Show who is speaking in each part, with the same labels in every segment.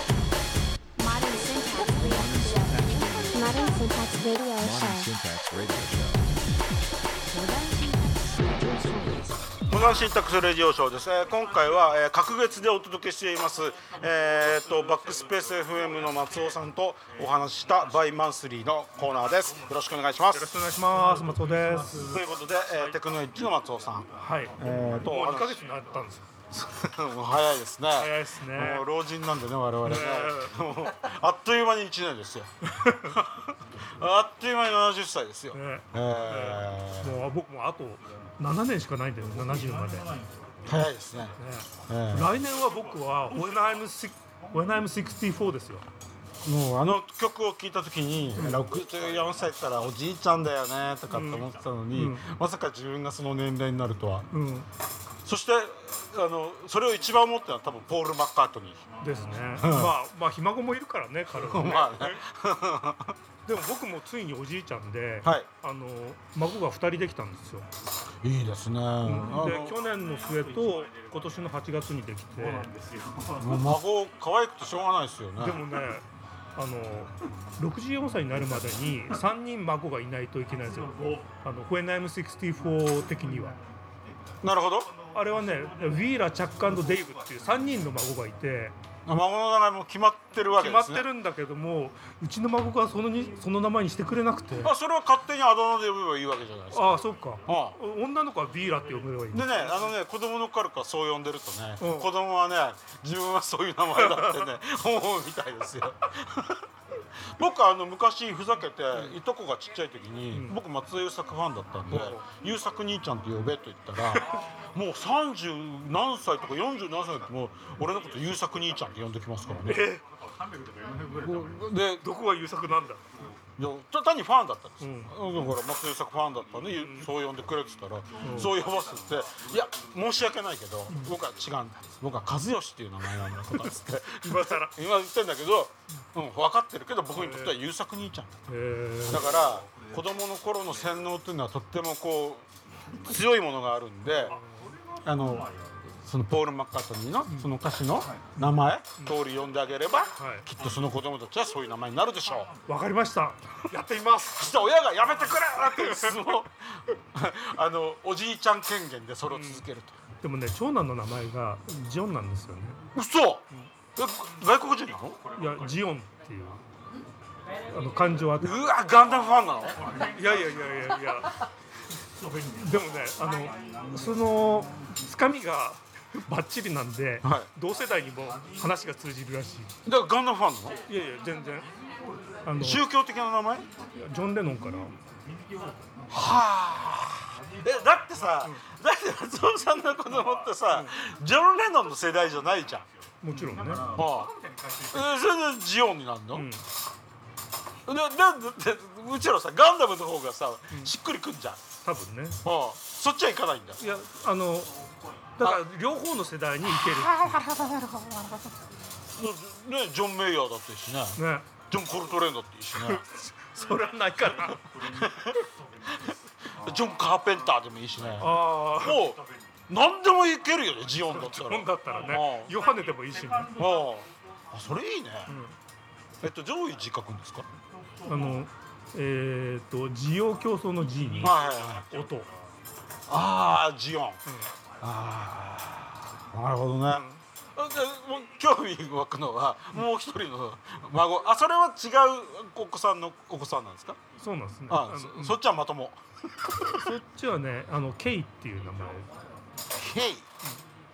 Speaker 1: Modern Syntax Radio Show.
Speaker 2: Modern Syntax Radio
Speaker 3: Modern
Speaker 2: Show.
Speaker 3: Syntax Radio Show.
Speaker 4: 無難信託レディオショーです、えー今回は、えー、隔月でお届けしています、えー、とバックスペース FM の松尾さんとお話ししたバイマンスリーのコーナーですよろしくお願いします
Speaker 5: よろしくお願いします。松尾です。
Speaker 4: ということで、えーテクノエッジの松尾さん
Speaker 5: はい。
Speaker 4: えーと
Speaker 5: もう
Speaker 4: お話
Speaker 5: 2ヶ月になったんですよ。
Speaker 4: もう早いですね
Speaker 5: 早いですね。
Speaker 4: もう老人なんでね我々ねもうあっという間に1年で すよあっという間に70歳ですよ、
Speaker 5: ね
Speaker 4: えー
Speaker 5: もう僕もあと7年しかないんだよ。70まで。ね
Speaker 4: 早いですね、えー
Speaker 5: 来年は僕は When I'm Six- When I'm 64ですよ。
Speaker 4: もうあの曲を聴いた時に64歳からおじいちゃんだよねとかって思ってたのに、まさか自分がその年齢になるとは
Speaker 5: うん。
Speaker 4: そしてあのそれを一番思ったのは多分ポール・マッカートニ
Speaker 5: ですね。まあまあひ孫もいるからね。彼は
Speaker 4: ー
Speaker 5: ね。
Speaker 4: まあね
Speaker 5: でも僕もついにおじいちゃんで、
Speaker 4: はい
Speaker 5: あの孫が2人できたんですよ。
Speaker 4: いいですね、あの
Speaker 5: で去年の末と今年の8月にできて。
Speaker 4: もう孫可愛くてしょうがないですよね
Speaker 5: でもね、あの64歳になるまでに3人孫がいないといけないんですよ。あの When I'm 64的には。
Speaker 4: なるほど
Speaker 5: あれはね、ウィーラー、チャックデイブっていう3人の孫がいて、
Speaker 4: あ孫の名前も決まってるわけ
Speaker 5: 決ま
Speaker 4: で
Speaker 5: っ
Speaker 4: すね
Speaker 5: てるんだけども、うちの孫がそのにその名前にしてくれなくて、
Speaker 4: あそれは勝手にあだ名で呼べばいいわけじゃないですか
Speaker 5: ああ、そっか、
Speaker 4: あ
Speaker 5: 女の子はビーラって呼べばいい。
Speaker 4: でね、あのね、子供の頃からそう呼んでるとね、
Speaker 5: うん
Speaker 4: 子供はね、自分はそういう名前だってね、 思うみたいですよ。 僕あの昔ふざけて、いとこがちっちゃい時に、僕松田優作ファンだったんで、優作兄ちゃんって呼べと言った らもう30何歳とか40何歳ってもう俺のこと優作兄ちゃんって呼んできますからねで
Speaker 5: どこが優作なんだ
Speaker 4: いや単にファンだったんですよ、だから松田優作ファンだったんで、そう呼んでくれって言ったら、そう呼ばせていや申し訳ないけど、僕は違うんだ僕は和義っていう名前なんだとかっつ って
Speaker 5: 今更。
Speaker 4: 今言ってんだけど、うん、分かってるけど僕にとっては優作兄ちゃん
Speaker 5: えー
Speaker 4: だから子供の頃の洗脳っていうのはとってもこう強いものがあるんであのそのポール・マッカートニーのその歌詞の名前通り呼んであげれば、
Speaker 5: い
Speaker 4: きっとその子供たちはそういう名前になるでしょう。
Speaker 5: わ、かりました。やってみます。
Speaker 4: そして親がやめてくれって相撲 あのおじいちゃん権限でそれを続けると、
Speaker 5: でもね、長男の名前がジョンなんですよね。
Speaker 4: 嘘、え外国人なの
Speaker 5: いや、ジオンっていう。あの感情は。
Speaker 4: うわガンダムファンなの
Speaker 5: いやいやいやいやいや。でもね、あの、その、つかみが。バッチリなんで、
Speaker 4: はい
Speaker 5: 同世代にも話が通じるらし
Speaker 4: だからガンダムファンなの
Speaker 5: い。いやいや、全然。あの、ジ
Speaker 4: 宗教的な名前は
Speaker 5: ョンレノンから。
Speaker 4: あえだってさ、だって松尾さんの子供ってさ、ジョン・レノンの世代じゃないじゃん、
Speaker 5: もちろんね。
Speaker 4: ああえそれでジオンになるの、
Speaker 5: ん
Speaker 4: でなんででむしろさガンダムの方がさしっくりくんじゃん、
Speaker 5: 多分ね。
Speaker 4: ああそっちはいかないんだ
Speaker 5: いや、あの。だから、両方の世代にいけ
Speaker 4: ね、ジョン・メイヤーだっていいしね
Speaker 5: る。ね。
Speaker 4: ジョン・コルトレーンだっていいしね
Speaker 5: それはないかな。
Speaker 4: ジョン・カーペンターでもいいしねも
Speaker 5: ああ。
Speaker 4: う何でもいけるよねジオンだったら
Speaker 5: 本だったらね
Speaker 4: あ。
Speaker 5: ヨハネでもいいし、ね。あ
Speaker 4: あああそれいいね、えっと上位自覚ですか
Speaker 5: の。えっ、と、需要競争の G に。
Speaker 4: はいはいはい
Speaker 5: 音。
Speaker 4: ああジオン、ああなるほどね、でもう興味湧くのはもう一人の孫あそれは違うお子さんのお子さんなんですか
Speaker 5: そうなんですね。
Speaker 4: あ
Speaker 5: あの
Speaker 4: そそっちはまとも
Speaker 5: そっちはね、あのケイっていう名前。
Speaker 4: へい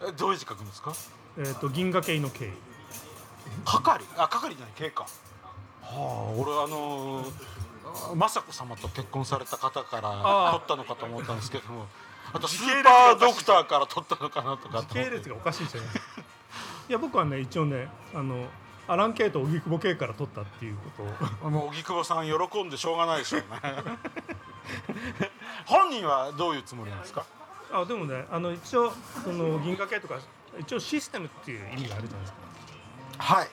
Speaker 4: えどういう字書くんですか
Speaker 5: えっ、と銀河系のケイ。
Speaker 4: 係あ係じゃない経過はあ俺あのー、雅子様と結婚された方から
Speaker 5: あ
Speaker 4: 取ったのかと思ったんですけどもあとスーパードクターから取ったのかなとかと思っ
Speaker 5: 系
Speaker 4: て
Speaker 5: 列がおかしいじゃない。いや僕はね一応ねあのアランケイと荻窪ケイから取ったっていうことを。
Speaker 4: もう荻窪さん喜んでしょうがないでしょうね 本人はどういうつもりなんですか
Speaker 5: あでもねあの一応その銀河系とか一応システムっていう意味があるじゃないですか。
Speaker 4: はい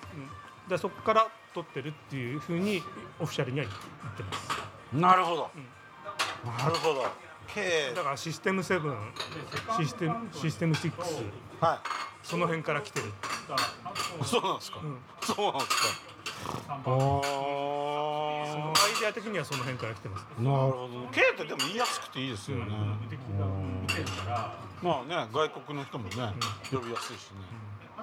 Speaker 5: でそこから取ってるっていうふうにオフィシャルには言ってます。
Speaker 4: なるほど、なるほどへえ
Speaker 5: だからシステム7システムシステム6
Speaker 4: は
Speaker 5: その辺から来てる、
Speaker 4: いそうなんですか、
Speaker 5: うん、
Speaker 4: そうなんですかあ
Speaker 5: そ
Speaker 4: あ
Speaker 5: のアイデア的にはその辺から来てます
Speaker 4: なるほど K ってでも言いやすくていいですよね、まあね外国の人もね、呼びやすいしね、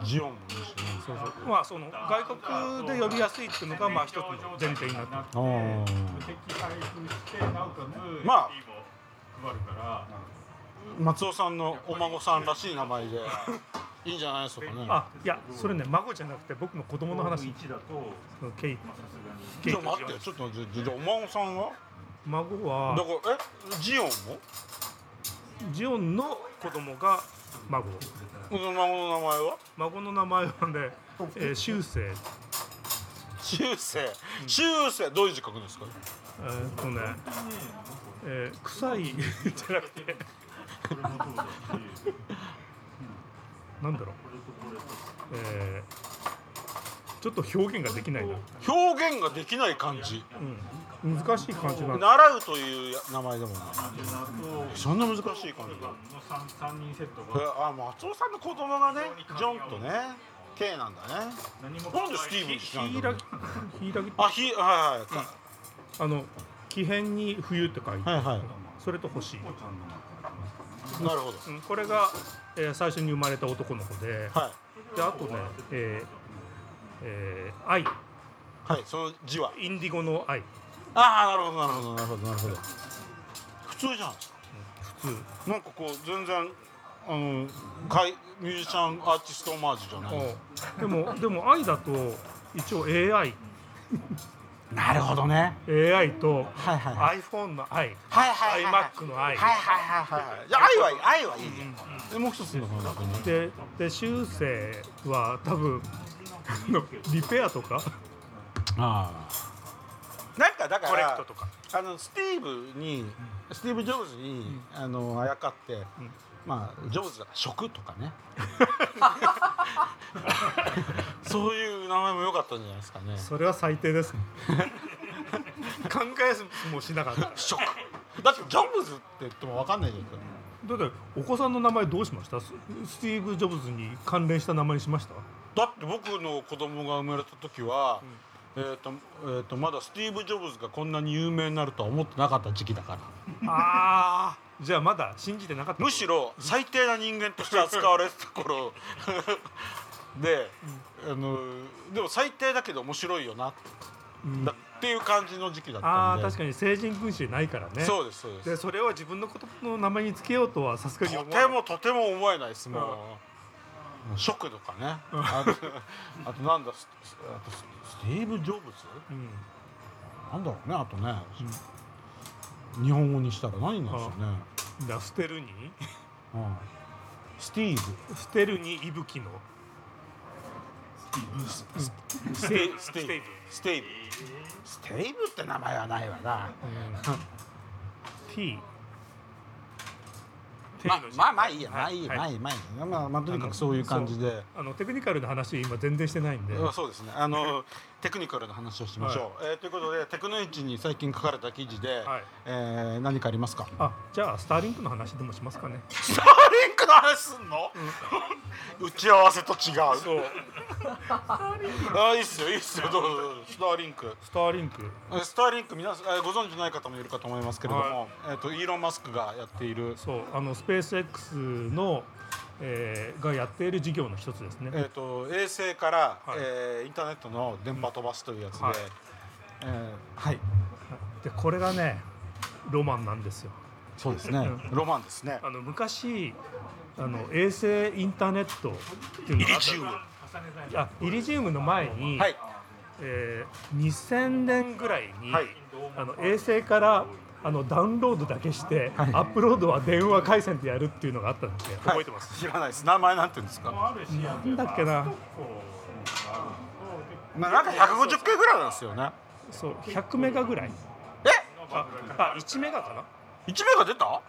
Speaker 4: ジオンもいいしね
Speaker 5: そうそうまあその外国で呼びやすいっていうのがまあ一つの前提になってます
Speaker 4: あー
Speaker 3: まあ
Speaker 4: 松尾さんのお孫さんらしい名前で いいんじゃないですかね
Speaker 5: あいやそれね孫じゃなくて僕の子供の話
Speaker 3: 1だと
Speaker 5: そのケイ
Speaker 3: さす
Speaker 5: ケ
Speaker 3: がに
Speaker 5: イ
Speaker 4: ちょっと待ってちょっと待ってじゃあお孫さんは
Speaker 5: 孫
Speaker 4: だ
Speaker 5: は
Speaker 4: からえジオンも
Speaker 5: ジオンの子供が孫
Speaker 4: その孫の名前は
Speaker 5: 孫の名前はね、えー、修正え
Speaker 4: 修正修正どういう字書くんですか
Speaker 5: ーっとね、えー臭いじゃなくてなんだろうえーちょっと表現ができないな、
Speaker 4: 表現ができない漢字
Speaker 5: うん、難しい感じなんだ
Speaker 4: 習うという名前でもないそんな難しい感じだこれあ松尾さんの子供がねジョンとね K なんだねなんでスティーブンにしない
Speaker 5: ヒ
Speaker 4: ん
Speaker 5: イ
Speaker 4: だ
Speaker 5: ラ
Speaker 4: ろ
Speaker 5: ギ
Speaker 4: う
Speaker 5: ヒイラギ
Speaker 4: あひは
Speaker 5: あの木片に冬って書い
Speaker 4: い
Speaker 5: て
Speaker 4: はいはいはいは
Speaker 5: それと星、
Speaker 4: いなるほど
Speaker 5: うん、これが、えー最初に生まれた男の子で
Speaker 4: はい
Speaker 5: であとねえーえー愛
Speaker 4: はいその字は
Speaker 5: インディゴの愛
Speaker 4: ああなるほどなるほどなるほどなるほど普通じゃないですか
Speaker 5: 普通
Speaker 4: なんかこう全然あのかいミュージシャンアーティストオマージュじゃない
Speaker 5: でもでも愛だと一応 AI
Speaker 4: なるほどね
Speaker 5: AI と
Speaker 4: はいはい
Speaker 5: iPhone の愛
Speaker 4: はいはい
Speaker 5: iMac の愛
Speaker 4: はいはいはいはいいや愛はいい愛はいいねでもう一つの方角に
Speaker 5: でで修正は多分あのリペアとか
Speaker 4: ああなんかだから
Speaker 5: コレクトとか
Speaker 4: あのスティーブにスティーブ・ジョブズに、あのあやかって、まあジョブズだから食とかねそういう名前も良かったんじゃないですかね
Speaker 5: それは最低ですね考えもしなかった
Speaker 4: 食だってジョブズって言っても分かんないじゃないですか
Speaker 5: だってお子さんの名前どうしましたススティーブ・ジョブズに関連した名前にしました
Speaker 4: だって僕の子供が生まれた時は、えっ、と,、えー、とまだスティーブ・ジョブズがこんなに有名になるとは思ってなかった時期だから
Speaker 5: あーじゃあまだ信じてなかった
Speaker 4: むしろ最低な人間として扱われてた頃 で、あのでも最低だけど面白いよな、
Speaker 5: ん
Speaker 4: だっていう感じの時期だった
Speaker 5: あ
Speaker 4: ん
Speaker 5: あ
Speaker 4: で
Speaker 5: 確かに成人君子ないからね
Speaker 4: そうですそうで
Speaker 5: ですそれは自分のことの名前につけようとはさすがに
Speaker 4: と
Speaker 5: 思
Speaker 4: て
Speaker 5: わない
Speaker 4: もとても思えないですもう、ショックとかねあとあとなんだスあとススティーブ・ジョブズ
Speaker 5: うん
Speaker 4: なんだろうねあとね、日本語にしたら何になるんでしょうね、
Speaker 5: だ捨てるに
Speaker 4: うんスティーブ
Speaker 5: 捨てるに息吹の
Speaker 4: ステイステイブステイブステイブって名前はないわな
Speaker 5: T
Speaker 4: まあまあまあいいやまあ
Speaker 5: はい
Speaker 4: いや
Speaker 5: はい
Speaker 4: まあいいまあいいやまあまあとにかくそういう感じで
Speaker 5: あのテクニカルな話今全然してないんで、
Speaker 4: うんそうですねあのテクニカルな話をしましょう、えーということでテクノイチに最近書かれた記事で、
Speaker 5: はい
Speaker 4: えー何かありますか
Speaker 5: あじゃあスターリンクの話でもしますかね
Speaker 4: スターリンクの話すんの、 打ち合わせと違う
Speaker 5: そう
Speaker 4: あいいっすよいいっすよどうぞどうぞスターリンク
Speaker 5: スターリンク
Speaker 4: えースターリンク皆さんえーご存知ない方もいるかと思いますけれども、
Speaker 5: は
Speaker 4: えー、とイーロン・マスクがやっている
Speaker 5: そうあのスペース X の、えーがやっている事業の一つですね、
Speaker 4: えー、と衛星から、
Speaker 5: はい
Speaker 4: えーインターネットの電波飛ばすというやつで、
Speaker 5: はい
Speaker 4: えーはい
Speaker 5: でこれがねロマンなんですよ
Speaker 4: そうですねロマンですね
Speaker 5: あの昔あの衛星インターネットっていうのがあったあイリジウムの前に、
Speaker 4: はい
Speaker 5: えー2000年ぐらいに、
Speaker 4: はい
Speaker 5: あの衛星からあのダウンロードだけして、アップロードは電話回線でやるっていうのがあったんですよ、覚えてます
Speaker 4: す知らないです名前なんて言うんですか、
Speaker 5: なんだっけな
Speaker 4: まあ、なんか150系ぐらいなんですよね
Speaker 5: そう100メガぐらい
Speaker 4: え
Speaker 5: ああ1メガかな
Speaker 4: 一名が出た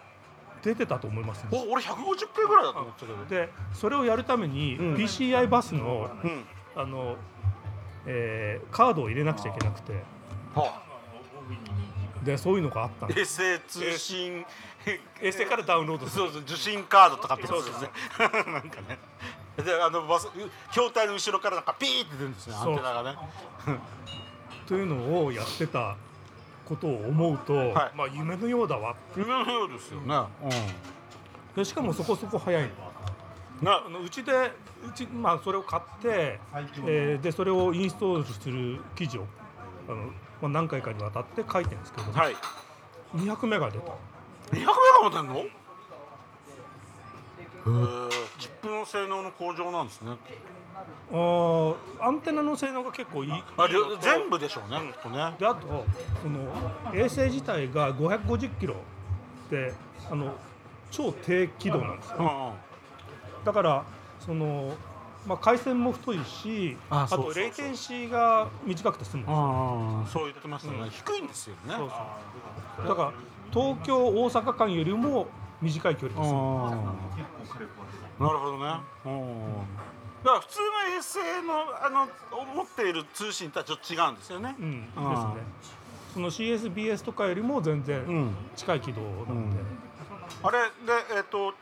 Speaker 5: 出てたと思いますね
Speaker 4: お俺150系ぐらいだと思ってたけど
Speaker 5: でそれをやるために PCI バスの,、
Speaker 4: うん
Speaker 5: あのえーカードを入れなくちゃいけなくて
Speaker 4: は
Speaker 5: でそういうのがあったんで
Speaker 4: 衛星通信
Speaker 5: 衛星からダウンロードする
Speaker 4: そうそう受信カードとかってことですね なんかねであのバス筐体の後ろからなんかピーって出るんですねアン
Speaker 5: そう
Speaker 4: テナがね
Speaker 5: というのをやってたことを思うと、
Speaker 4: はい
Speaker 5: まあ夢のようだわ
Speaker 4: 夢のようですよね、
Speaker 5: でしかもそこそこ早いの
Speaker 4: うん、な
Speaker 5: あのうちでうち、まあ、それを買って、えーでそれをインストールする記事をあの、まあ、何回かにわたって書いてるんですけど、
Speaker 4: はい
Speaker 5: 200メガ出た
Speaker 4: 200メガも出んのへえチップの性能の向上なんですね
Speaker 5: あーアンテナの性能が結構いい
Speaker 4: ありょ全部でしょうね、きっとね
Speaker 5: であとその衛星自体が550キロであの超低軌道なんですよ
Speaker 4: うんうん
Speaker 5: だからその、まあ、回線も太いし
Speaker 4: あ
Speaker 5: あ
Speaker 4: そうそう
Speaker 5: と
Speaker 4: そう
Speaker 5: レイテンシーが短くて済むんですよ
Speaker 4: ああそう言ってましたね、低いんですよね
Speaker 5: そうそうだから東京大阪間よりも短い距離です
Speaker 4: ああなるほどねうんだから普通の衛星のあの持っている通信とはちょっと違うんですよね
Speaker 5: うんですね
Speaker 4: あ
Speaker 5: その CSBS とかよりも全
Speaker 4: う
Speaker 5: 然
Speaker 4: ん
Speaker 5: 近い軌道なんで、
Speaker 4: うんあれでえっ、と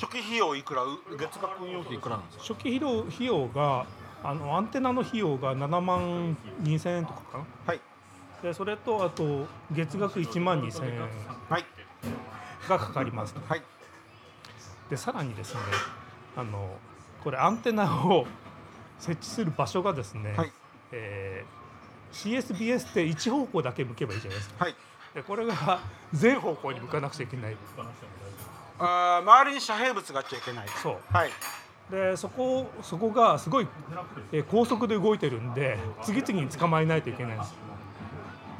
Speaker 4: 初期費用いくらう月額運用費いくらなんですか
Speaker 5: 初期費用費用があのアンテナの費用が7万2000円とかかな
Speaker 4: はい
Speaker 5: でそれとあと月額1万2000円
Speaker 4: はい
Speaker 5: がかかりますと
Speaker 4: はい
Speaker 5: でさらにですねあのこれアンテナを 設置する場所がですね、
Speaker 4: はい
Speaker 5: えー CSBS って一方向だけ向けばいいじゃないですか
Speaker 4: はい
Speaker 5: でこれが全方向に向かなくちゃいけない
Speaker 4: あー周りに遮蔽物があっちゃいけない
Speaker 5: そう
Speaker 4: はい
Speaker 5: でそこそこがすごい、えー高速で動いてるんで次々に捕まえないといけないんです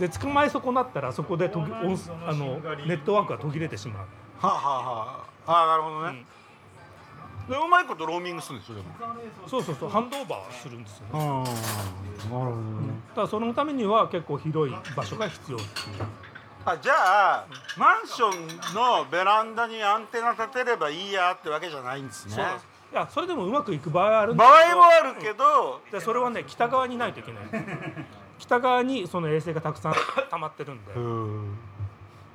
Speaker 5: で捕まえ損なったらそこでとぎ音あのネットワークが途切れてしまう
Speaker 4: はあ、はあはあ、あーなるほどね、でうまいことローミングするんですよでも
Speaker 5: そうそうそうハンドオーバーするんですよね
Speaker 4: ああなるほどね
Speaker 5: ただそのためには結構広い場所が必要っていう
Speaker 4: あじゃあマンションのベランダにアンテナ立てればいいやってわけじゃないんですね
Speaker 5: いやそれでもうまくいく場合はあるんで
Speaker 4: 場合
Speaker 5: す
Speaker 4: もあるけど
Speaker 5: でそれはね北側にないといけない北側にその衛星がたくさん 溜まってるんで
Speaker 4: うん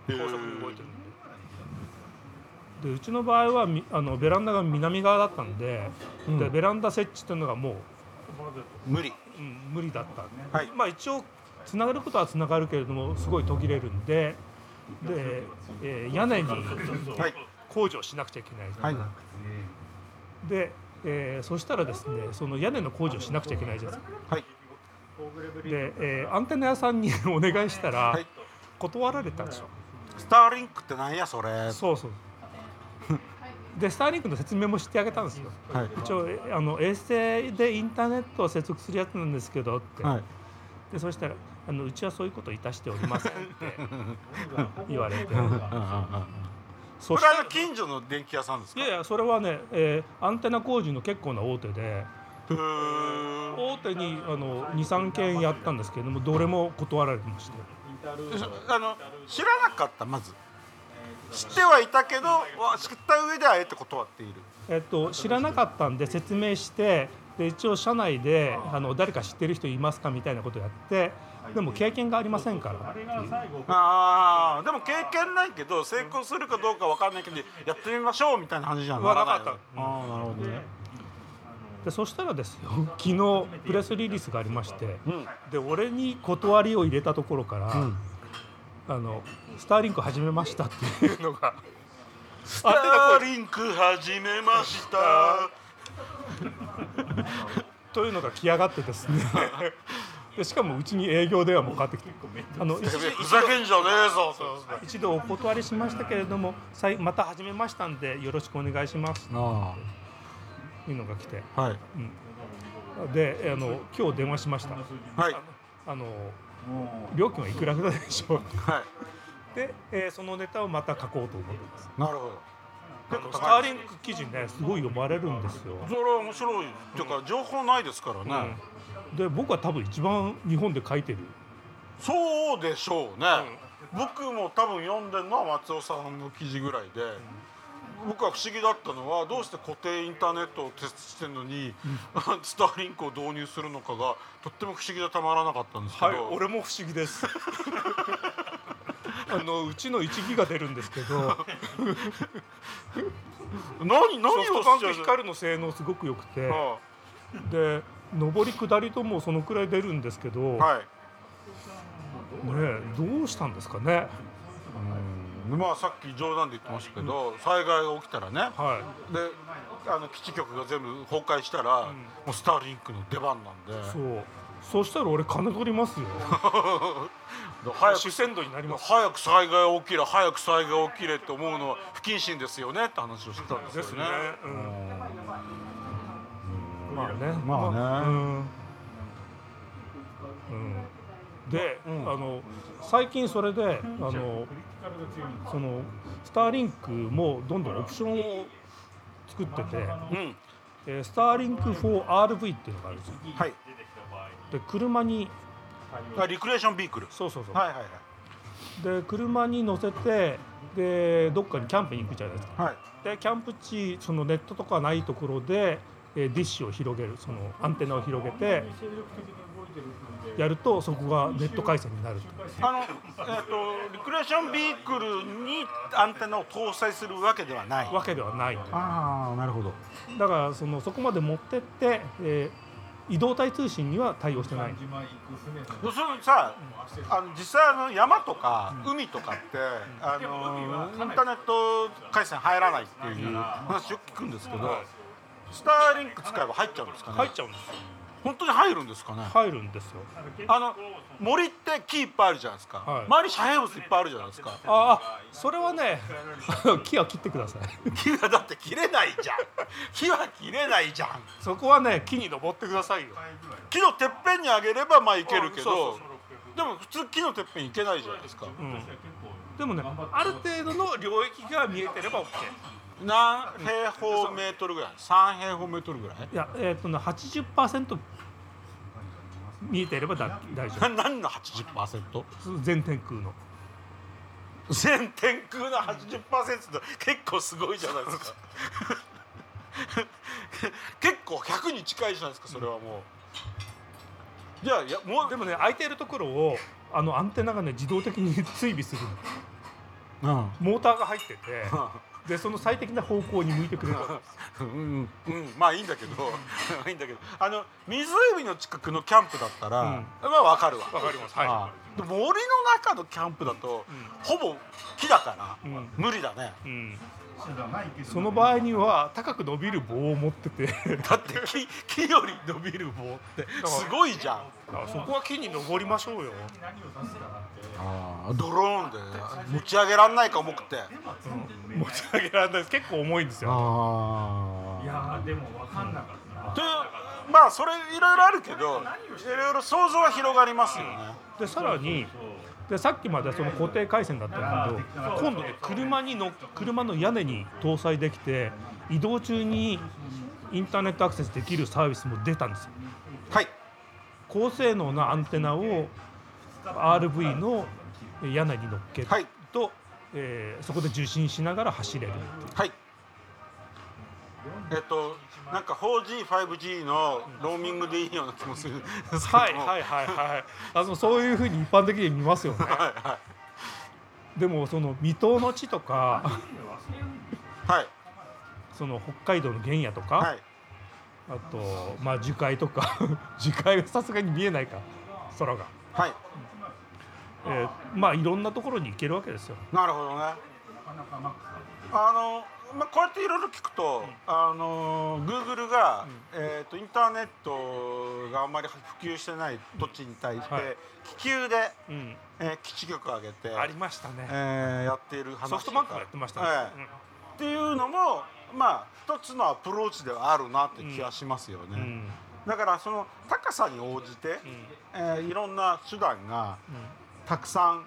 Speaker 5: 高速に動いてるんででうちの場合はみあのベランダが南側だったんで,、でベランダ設置っていうのがもう、
Speaker 4: 無理
Speaker 5: うん無理だったんで、
Speaker 4: はい
Speaker 5: まあ一応つながることはつながるけれどもすごい途切れるんでで、えー屋根に
Speaker 4: はい
Speaker 5: 工事をしなくちゃいけない、
Speaker 4: はい
Speaker 5: で、えーそしたらですねその屋根の工事をしなくちゃいけないじゃないですか
Speaker 4: はい
Speaker 5: で、えーアンテナ屋さんにお願いしたら
Speaker 4: はい
Speaker 5: 断られたんですよ
Speaker 4: スターリンクってなんやそれはい
Speaker 5: そうそうでスターリンクの説明もしてあげたんですよ一応えあの衛星でインターネットを接続するやつなんですけどって、
Speaker 4: はい
Speaker 5: でそしたらあの「うちはそういうこといたしておりません」って言われてそ
Speaker 4: こ
Speaker 5: し
Speaker 4: れ
Speaker 5: た
Speaker 4: はあ
Speaker 5: ら
Speaker 4: の近所の電気屋さんです
Speaker 5: い
Speaker 4: か
Speaker 5: やいやそれはね、えーアンテナ工事の結構な大手で
Speaker 4: うーん
Speaker 5: 大手にあの23件やったんですけれどもどれも断られてました
Speaker 4: あの知らなかったまず知ってはいたけどわ知った上であえて断っている
Speaker 5: えっと、知らなかったんで説明してで一応社内であの誰か知ってる人いますかみたいなことやってでも経験がありませんからっていう
Speaker 4: ああでも経験ないけど成功するかどうかわかんないけどやってみましょうみたいな話じゃん
Speaker 5: はなかった
Speaker 4: ああーなるほどね
Speaker 5: でそしたらですよ 昨日プレスリリースがありまして
Speaker 4: うん
Speaker 5: で俺に断りを入れたところから、
Speaker 4: ん
Speaker 5: あのスターリンク始めましたっていう のが
Speaker 4: ス
Speaker 5: ター
Speaker 4: リンク始めました
Speaker 5: というのが来やがってですねでしかもうちに営業電話もかかってきてあの一時
Speaker 4: ふざけんじゃねえぞ
Speaker 5: 一度お断りしましたけれどもさいまた始めましたんでよろしくお願いします
Speaker 4: あ
Speaker 5: というのが来て
Speaker 4: あはい
Speaker 5: であの今日電話しました
Speaker 4: はい
Speaker 5: あの料金はいくらぐらいでしょう
Speaker 4: は
Speaker 5: で、えーそのネタをまた書こうと思ってます
Speaker 4: いなるほど
Speaker 5: 結構スターリンク記事ねすごい読まれるんですよ、
Speaker 4: それは面白いっていうか情報ないですからね、
Speaker 5: で僕は多分一番日本で書いてる
Speaker 4: そうでしょうね、僕も多分読んでるのは松尾さんの記事ぐらいで、僕は不思議だったのはどうして固定インターネットを設置してるのに、 スターリンクを導入するのか がとっても不思議でたまらなかったんですけど、
Speaker 5: も不思議ですあのうちの1ギガ出るんですけど
Speaker 4: 何何
Speaker 5: ソフト
Speaker 4: を
Speaker 5: バンク光の性能すごく良くて
Speaker 4: は
Speaker 5: で上り下りともそのくらい出るんですけど、
Speaker 4: い、はい
Speaker 5: ねえどうしたんですかね
Speaker 4: うんまあさっき冗談で言ってましたけど、災害が起きたらね、
Speaker 5: は
Speaker 4: であの基地局が全部崩壊した
Speaker 5: ん
Speaker 4: ら、もうスターリンクの出番なんで
Speaker 5: いそうそしたら俺金取りますよ
Speaker 4: 早く
Speaker 5: 主戦度になります
Speaker 4: 早く災害起きれ早く災害起きれって思うのは不謹慎ですよねって話をしてたんですよね。
Speaker 5: うん
Speaker 4: うん
Speaker 5: まあね
Speaker 4: まあね
Speaker 5: うん、うん、で、
Speaker 4: うん
Speaker 5: あの最近それであのそのスターリンクもどんどんオプションを作ってて、
Speaker 4: うん
Speaker 5: えースターリンク 4RV っていうのがあるんですよ
Speaker 4: はい
Speaker 5: で車に
Speaker 4: あリクレーションビークル。
Speaker 5: そうそうそう、
Speaker 4: はいはい
Speaker 5: で車に乗せてでどっかにキャンプに行くじゃないですか
Speaker 4: はい。はい。
Speaker 5: でキャンプ地そのネットとかないところで、えーディッシュを広げるそのアンテナを広げてやるとそこがネット回線になる
Speaker 4: あのえっ、とリクレーションビークルにアンテナを搭載するわけではない。
Speaker 5: わけではない
Speaker 4: ああなるほど。
Speaker 5: だからそのそこまで持ってって、えー移動体通信には対応してない
Speaker 4: そのさあの実際あの山とか海とかって、あのインターネット回線入らないっていう話よく聞くんですけど、スターリンク使えば入っちゃうんですかね。
Speaker 5: ちゃうんですよ
Speaker 4: 本当に入るんですかね。
Speaker 5: 入るんですよ
Speaker 4: あの森って木いっぱいあるじゃないですか、
Speaker 5: はい
Speaker 4: 周り遮蔽物いっぱいあるじゃないですか
Speaker 5: ああそれはね 木は切ってください
Speaker 4: 木はだって切れない じゃん木は切れないじゃん
Speaker 5: そこはね木に登ってくださいよ
Speaker 4: 木のてっぺんにあげればまあいけるけど
Speaker 5: そうそう
Speaker 4: でも普通木のてっぺんいけないじゃないですか
Speaker 5: うんでもねある程度の領域が見えてれば OK
Speaker 4: 何平方メートルぐらい3平方メートルぐらい
Speaker 5: いやえっ、とね80%見えてればだ大丈
Speaker 4: な何の 80%?
Speaker 5: 夫全天空の
Speaker 4: 全天空の80%って結構すごいじゃないですか 結構100に近いじゃないですかそれはもうじゃあいやもう
Speaker 5: でもね空いてるところをあのアンテナがね自動的に 追尾するの
Speaker 4: うん
Speaker 5: モーターが入 っててでその最適な方向に向いて くれるわけです
Speaker 4: うん、うん、まあいいんだけどいいんだけどあの湖の近くのキャンプだったら、まあわかるわ
Speaker 5: わかりますはい
Speaker 4: ああでも森の中のキャンプだと、ほぼ木だから、
Speaker 5: うん
Speaker 4: 無理だね
Speaker 5: うんその場合には高く伸びる棒を持ってて
Speaker 4: だって木木より伸びる棒ってすごいじゃん
Speaker 5: あそこは木に登りましょうよ
Speaker 4: ドローンで持ち上げられないか重くて
Speaker 5: 持ち上げられないです結構重いんですよ
Speaker 4: あ
Speaker 3: いやーでも分かんなかったな、
Speaker 4: とまあそれいろいろあるけどいろいろ想像は広がりますよね、
Speaker 5: でさらにでさっきまでその固定回線だったんだけど今度ね車にの車の屋根に搭載できて移動中にインターネットアクセスできるサービスも出たんですよ
Speaker 4: はい
Speaker 5: 高性能なアンテナを RV の屋根に乗っける
Speaker 4: はい
Speaker 5: と、えーそこで受信しながら走れる
Speaker 4: はい。えっと、なんか 4G、5G のローミングでいいような気もするんですけども。
Speaker 5: いはいはい あのそういうふうに一般的に見ますよね
Speaker 4: はいは
Speaker 5: でもその未踏の地とか
Speaker 4: いはい
Speaker 5: その北海道の原野とか、
Speaker 4: はい。
Speaker 5: あとまあ樹海とか 樹海はさすがに見えないか空が、
Speaker 4: はい。
Speaker 5: えーまあいろんなところに行けるわけですよ
Speaker 4: なるほどね。あの、まあ、こうやっていろいろ聞くと、あの、Google が、えっと、インターネットがあんまり普及してない土地に対して、
Speaker 5: はい
Speaker 4: 気球で、
Speaker 5: うん
Speaker 4: えー基地局を上げて、
Speaker 5: ありましたね
Speaker 4: えーやっている話とか。
Speaker 5: ソフトバンクがやってましたね、
Speaker 4: ええっていうのもまあ一つのアプローチではあるなって気がしますよね、
Speaker 5: うんうん
Speaker 4: だからその高さに応じて、えーいろんな手段がたくさん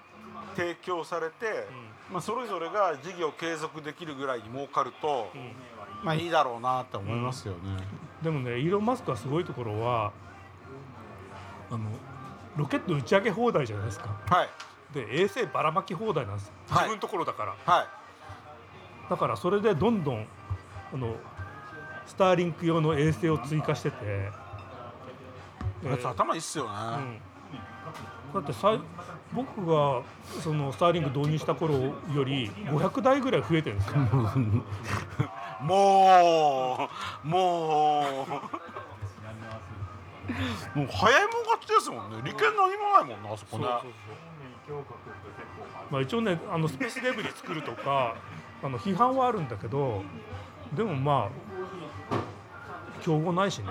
Speaker 4: 提供されて、まあ、それぞれが事業継続できるぐらいに儲かると、まあいいだろうなって思いますよね、
Speaker 5: でもねイーロン・マスクはすごいところはあのロケット打ち上げ放題じゃないですか
Speaker 4: はい
Speaker 5: で衛星ばらまき放題なんですよ
Speaker 4: は
Speaker 5: 自
Speaker 4: い
Speaker 5: 分のところだから、
Speaker 4: はい
Speaker 5: だからそれでどんどんあのスターリンク用の衛星を追加してて、え
Speaker 4: あいつ
Speaker 5: ー
Speaker 4: 頭いいっすよね、
Speaker 5: うんだってさい僕がそのスターリング導入した頃より500台ぐらい増えてるんですよ
Speaker 4: もうもうもう早いもん勝ちですもんね利権何もないもんなあそこね
Speaker 5: まあ一応ねあのスペースデブリ作るとかあの批判はあるんだけどでもまあ競合ないしね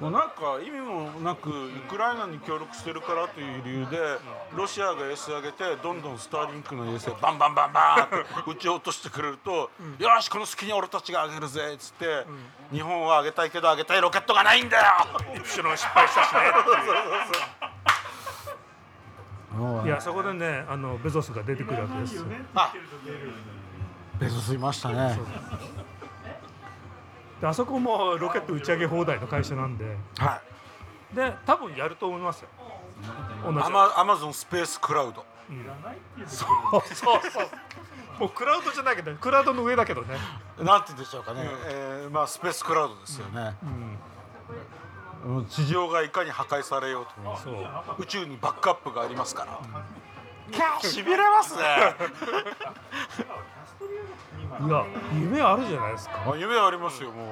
Speaker 4: もうなんか意味もなくウクライナに協力してるからという理由でロシアが S 上げてどんどんスターリンクの衛星バンバンバンバンって撃ち落としてくれると、よしこの隙に俺たちが上げるぜっつって、日本は上げたいけど上げたいロケットがないんだよ
Speaker 6: 後ろに失敗したしね
Speaker 5: いやそこでねあのベゾスが出てくるわけですよ
Speaker 4: あベゾスいましたね
Speaker 5: であそこもロケット打ち上げ放題の会社なんで
Speaker 4: はい
Speaker 5: で多分やると思いますよ同じ
Speaker 4: アマアマゾンスペースクラウド
Speaker 5: そうそうそうもうクラウドじゃないけどクラウドの上だけどね
Speaker 4: なんて言うんでしょうかね、えーまあスペースクラウドですよね、もう地上がいかに破壊されようとも
Speaker 5: そう
Speaker 4: 宇宙にバックアップがありますから、キャーしびれますね
Speaker 5: いや夢あるじゃないですか
Speaker 4: あ夢ありますよも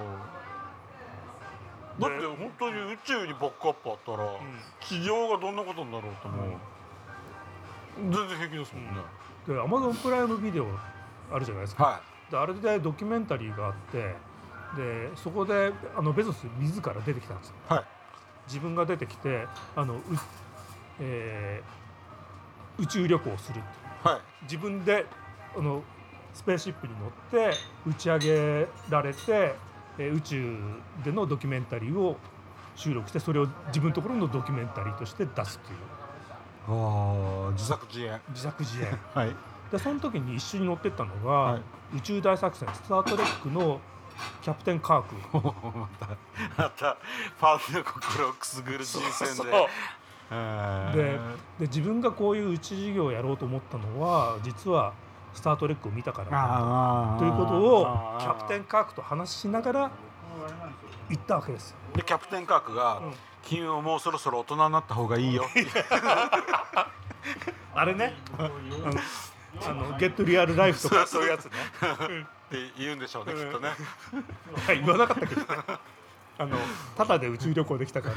Speaker 4: うだって本当に宇宙にバックアップあったら、地上がどんなことになろうとも、全然平気ですもんね、
Speaker 5: でアマゾンプライムビデオあるじゃないですか
Speaker 4: はい
Speaker 5: であれでドキュメンタリーがあってでそこであのベゾス自ら出てきたんですよ
Speaker 4: はい
Speaker 5: 自分が出てきてあのう、えー宇宙旅行をするって
Speaker 4: はい
Speaker 5: 自分であのスペーシップに乗って打ち上げられて、えー宇宙でのドキュメンタリーを収録してそれを自分のところのドキュメンタリーとして出すという
Speaker 4: ああ自作自演
Speaker 5: 自作自演
Speaker 4: はい
Speaker 5: でその時に一緒に乗ってったのが、
Speaker 4: はい
Speaker 5: 宇宙大作戦「スター・トレック」のキャプテン・カーク
Speaker 4: またまたファンの心をくすぐる人選で
Speaker 6: そう
Speaker 4: え
Speaker 5: で
Speaker 4: ー
Speaker 5: で自分がこういう宇宙事業をやろうと思ったのは実は「スター・トレック」を見たからなんだ
Speaker 4: あー
Speaker 5: ということを
Speaker 4: あー
Speaker 5: キャプテン・カークと話しながら行ったわけですよ
Speaker 4: でキャプテンカークが
Speaker 5: うん
Speaker 4: 「君ももうそろそろ大人になった方がいいよ」
Speaker 5: あれね。あの、あのゲットリアルライフとか、そういうやつね。
Speaker 4: って言うんでしょうねきっとね
Speaker 5: はい、言わなかったけど。あの、ただで宇宙旅行できた から。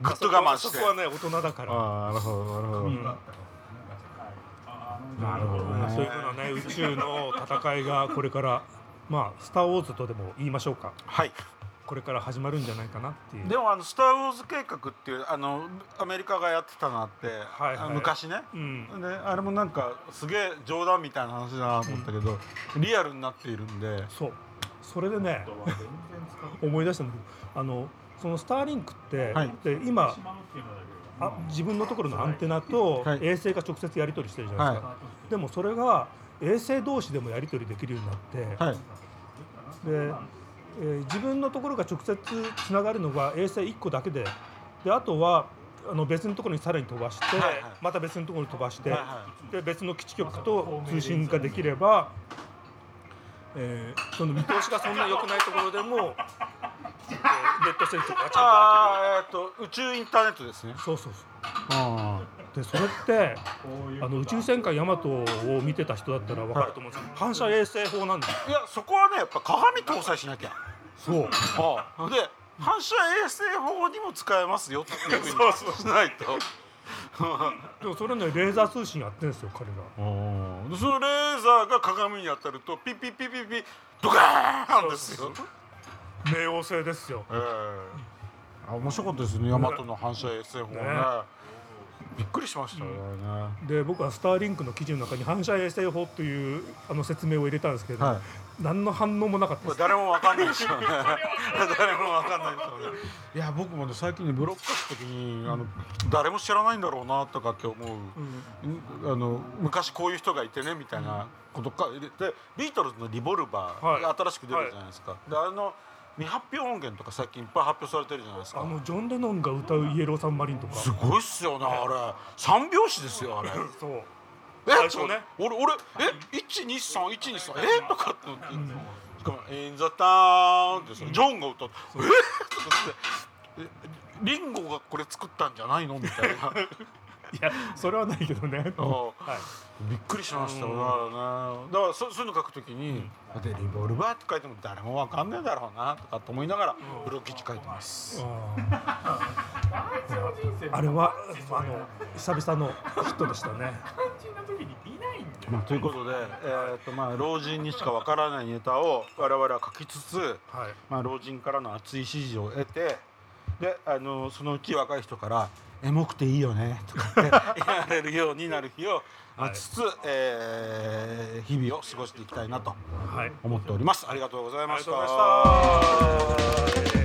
Speaker 4: ぐっと我慢して
Speaker 5: そこはね、大人だから。
Speaker 4: ああなるほどなるほど
Speaker 5: うん
Speaker 4: なるほどね
Speaker 5: そういうふうなね、宇宙の戦いがこれから。まあ、スター・ウォーズとでも言いましょうか。
Speaker 4: はい
Speaker 5: これから始まるんじゃないかなっていう。
Speaker 4: でもあの「スター・ウォーズ計画」っていうあのアメリカがやってたのあって、
Speaker 5: はいはい
Speaker 4: 昔ね、
Speaker 5: うん。
Speaker 4: であれもなんかすげえ冗談みたいな話だなと思ったけど、リアルになっているんで
Speaker 5: そう。それでね。思い出したんだけど。あの、そのスターリンクって、
Speaker 4: はい
Speaker 5: で、今。あ自分のところのアンテナと
Speaker 4: はい
Speaker 5: 衛星が直接やり取りしてるじゃないですか、でもそれが衛星同士でもやり取りできるようになって、
Speaker 4: はい
Speaker 5: でえー自分のところが直接つながるのが衛星1個だけでであとはあの別のところにさらに飛ばして、
Speaker 4: はいはい
Speaker 5: また別のところに飛ばして、
Speaker 4: はいは
Speaker 5: で別の基地局と通信ができれば、えーその見通しがそんな良くないところで も、えーネット接続がちゃんとできる。
Speaker 4: ああえっと宇宙インターネットですね
Speaker 5: そうそうそう
Speaker 4: あ
Speaker 5: でそれってあの宇宙戦艦ヤマトを見てた人だったら分かると思うんですけど、反射衛星法なんです
Speaker 4: あいやそこはねやっぱ鏡搭載しなきゃ
Speaker 5: そう
Speaker 4: ああで反射衛星法にも使えますよっていうふうにしないと
Speaker 5: でもそれねレーザー通信やってるんですよ彼ら
Speaker 4: でそのレーザーが鏡に当たるとピッピッピッピッピッドカーンですよ
Speaker 5: 冥王星ですよ
Speaker 4: ええあ面白かったですねヤマトの反射衛星法ね
Speaker 5: ね
Speaker 4: びっくりしましたよね、
Speaker 5: で僕はスターリンクの記事の中に反射衛星法というあの説明を入れたんですけど、
Speaker 4: はい
Speaker 5: 何の反応もなかった
Speaker 4: こ
Speaker 5: で
Speaker 4: れ
Speaker 5: す
Speaker 4: 誰もわかんないでし ょうね誰もわかんないでしょうねいや僕もね最近ねブロックした時にあの誰も知らないんだろうなとかって思う、んあの昔こういう人がいてねみたいなことかでビートルズの「リボルバー」
Speaker 5: はい
Speaker 4: 新しく出るじゃないですか、であの未発表音源とか最近いっぱい発表されてるじゃないです
Speaker 5: あ
Speaker 4: か
Speaker 5: のジョン・レノンが歌う「イエローサンマリン」とか
Speaker 4: すごいっすよねあれ三拍子ですよあれ
Speaker 5: そう
Speaker 4: え
Speaker 5: 最初ね
Speaker 4: 俺俺え一二三一二三えとかって思ってしかも「インザターン」ってさジョンが歌って「えとか ってえリンゴがこれ作ったんじゃないのみたいな
Speaker 5: いやそれはないけど ね
Speaker 4: あー
Speaker 5: はい
Speaker 4: びっくりしましたよだからねだからそそういうの書くときに「でリボルバー」って書いても誰もわかんねえだろうなとかと思いながらブロッキチ書いてます
Speaker 5: あれはあの久々のヒットでしたね
Speaker 3: 肝心な時にいないんだよ
Speaker 4: まあ、ということで、えーとまあ、老人にしかわからないネタを我々は書きつつ、
Speaker 5: はい
Speaker 4: まあ、老人からの熱い支持を得てであのそのうち若い人から「エモくていいよね」とかって 言われるようになる日を待ちつつ、えー日々を過ごしていきたいなと
Speaker 5: はい
Speaker 4: 思っております。ありがとうございました
Speaker 6: ありがとうございました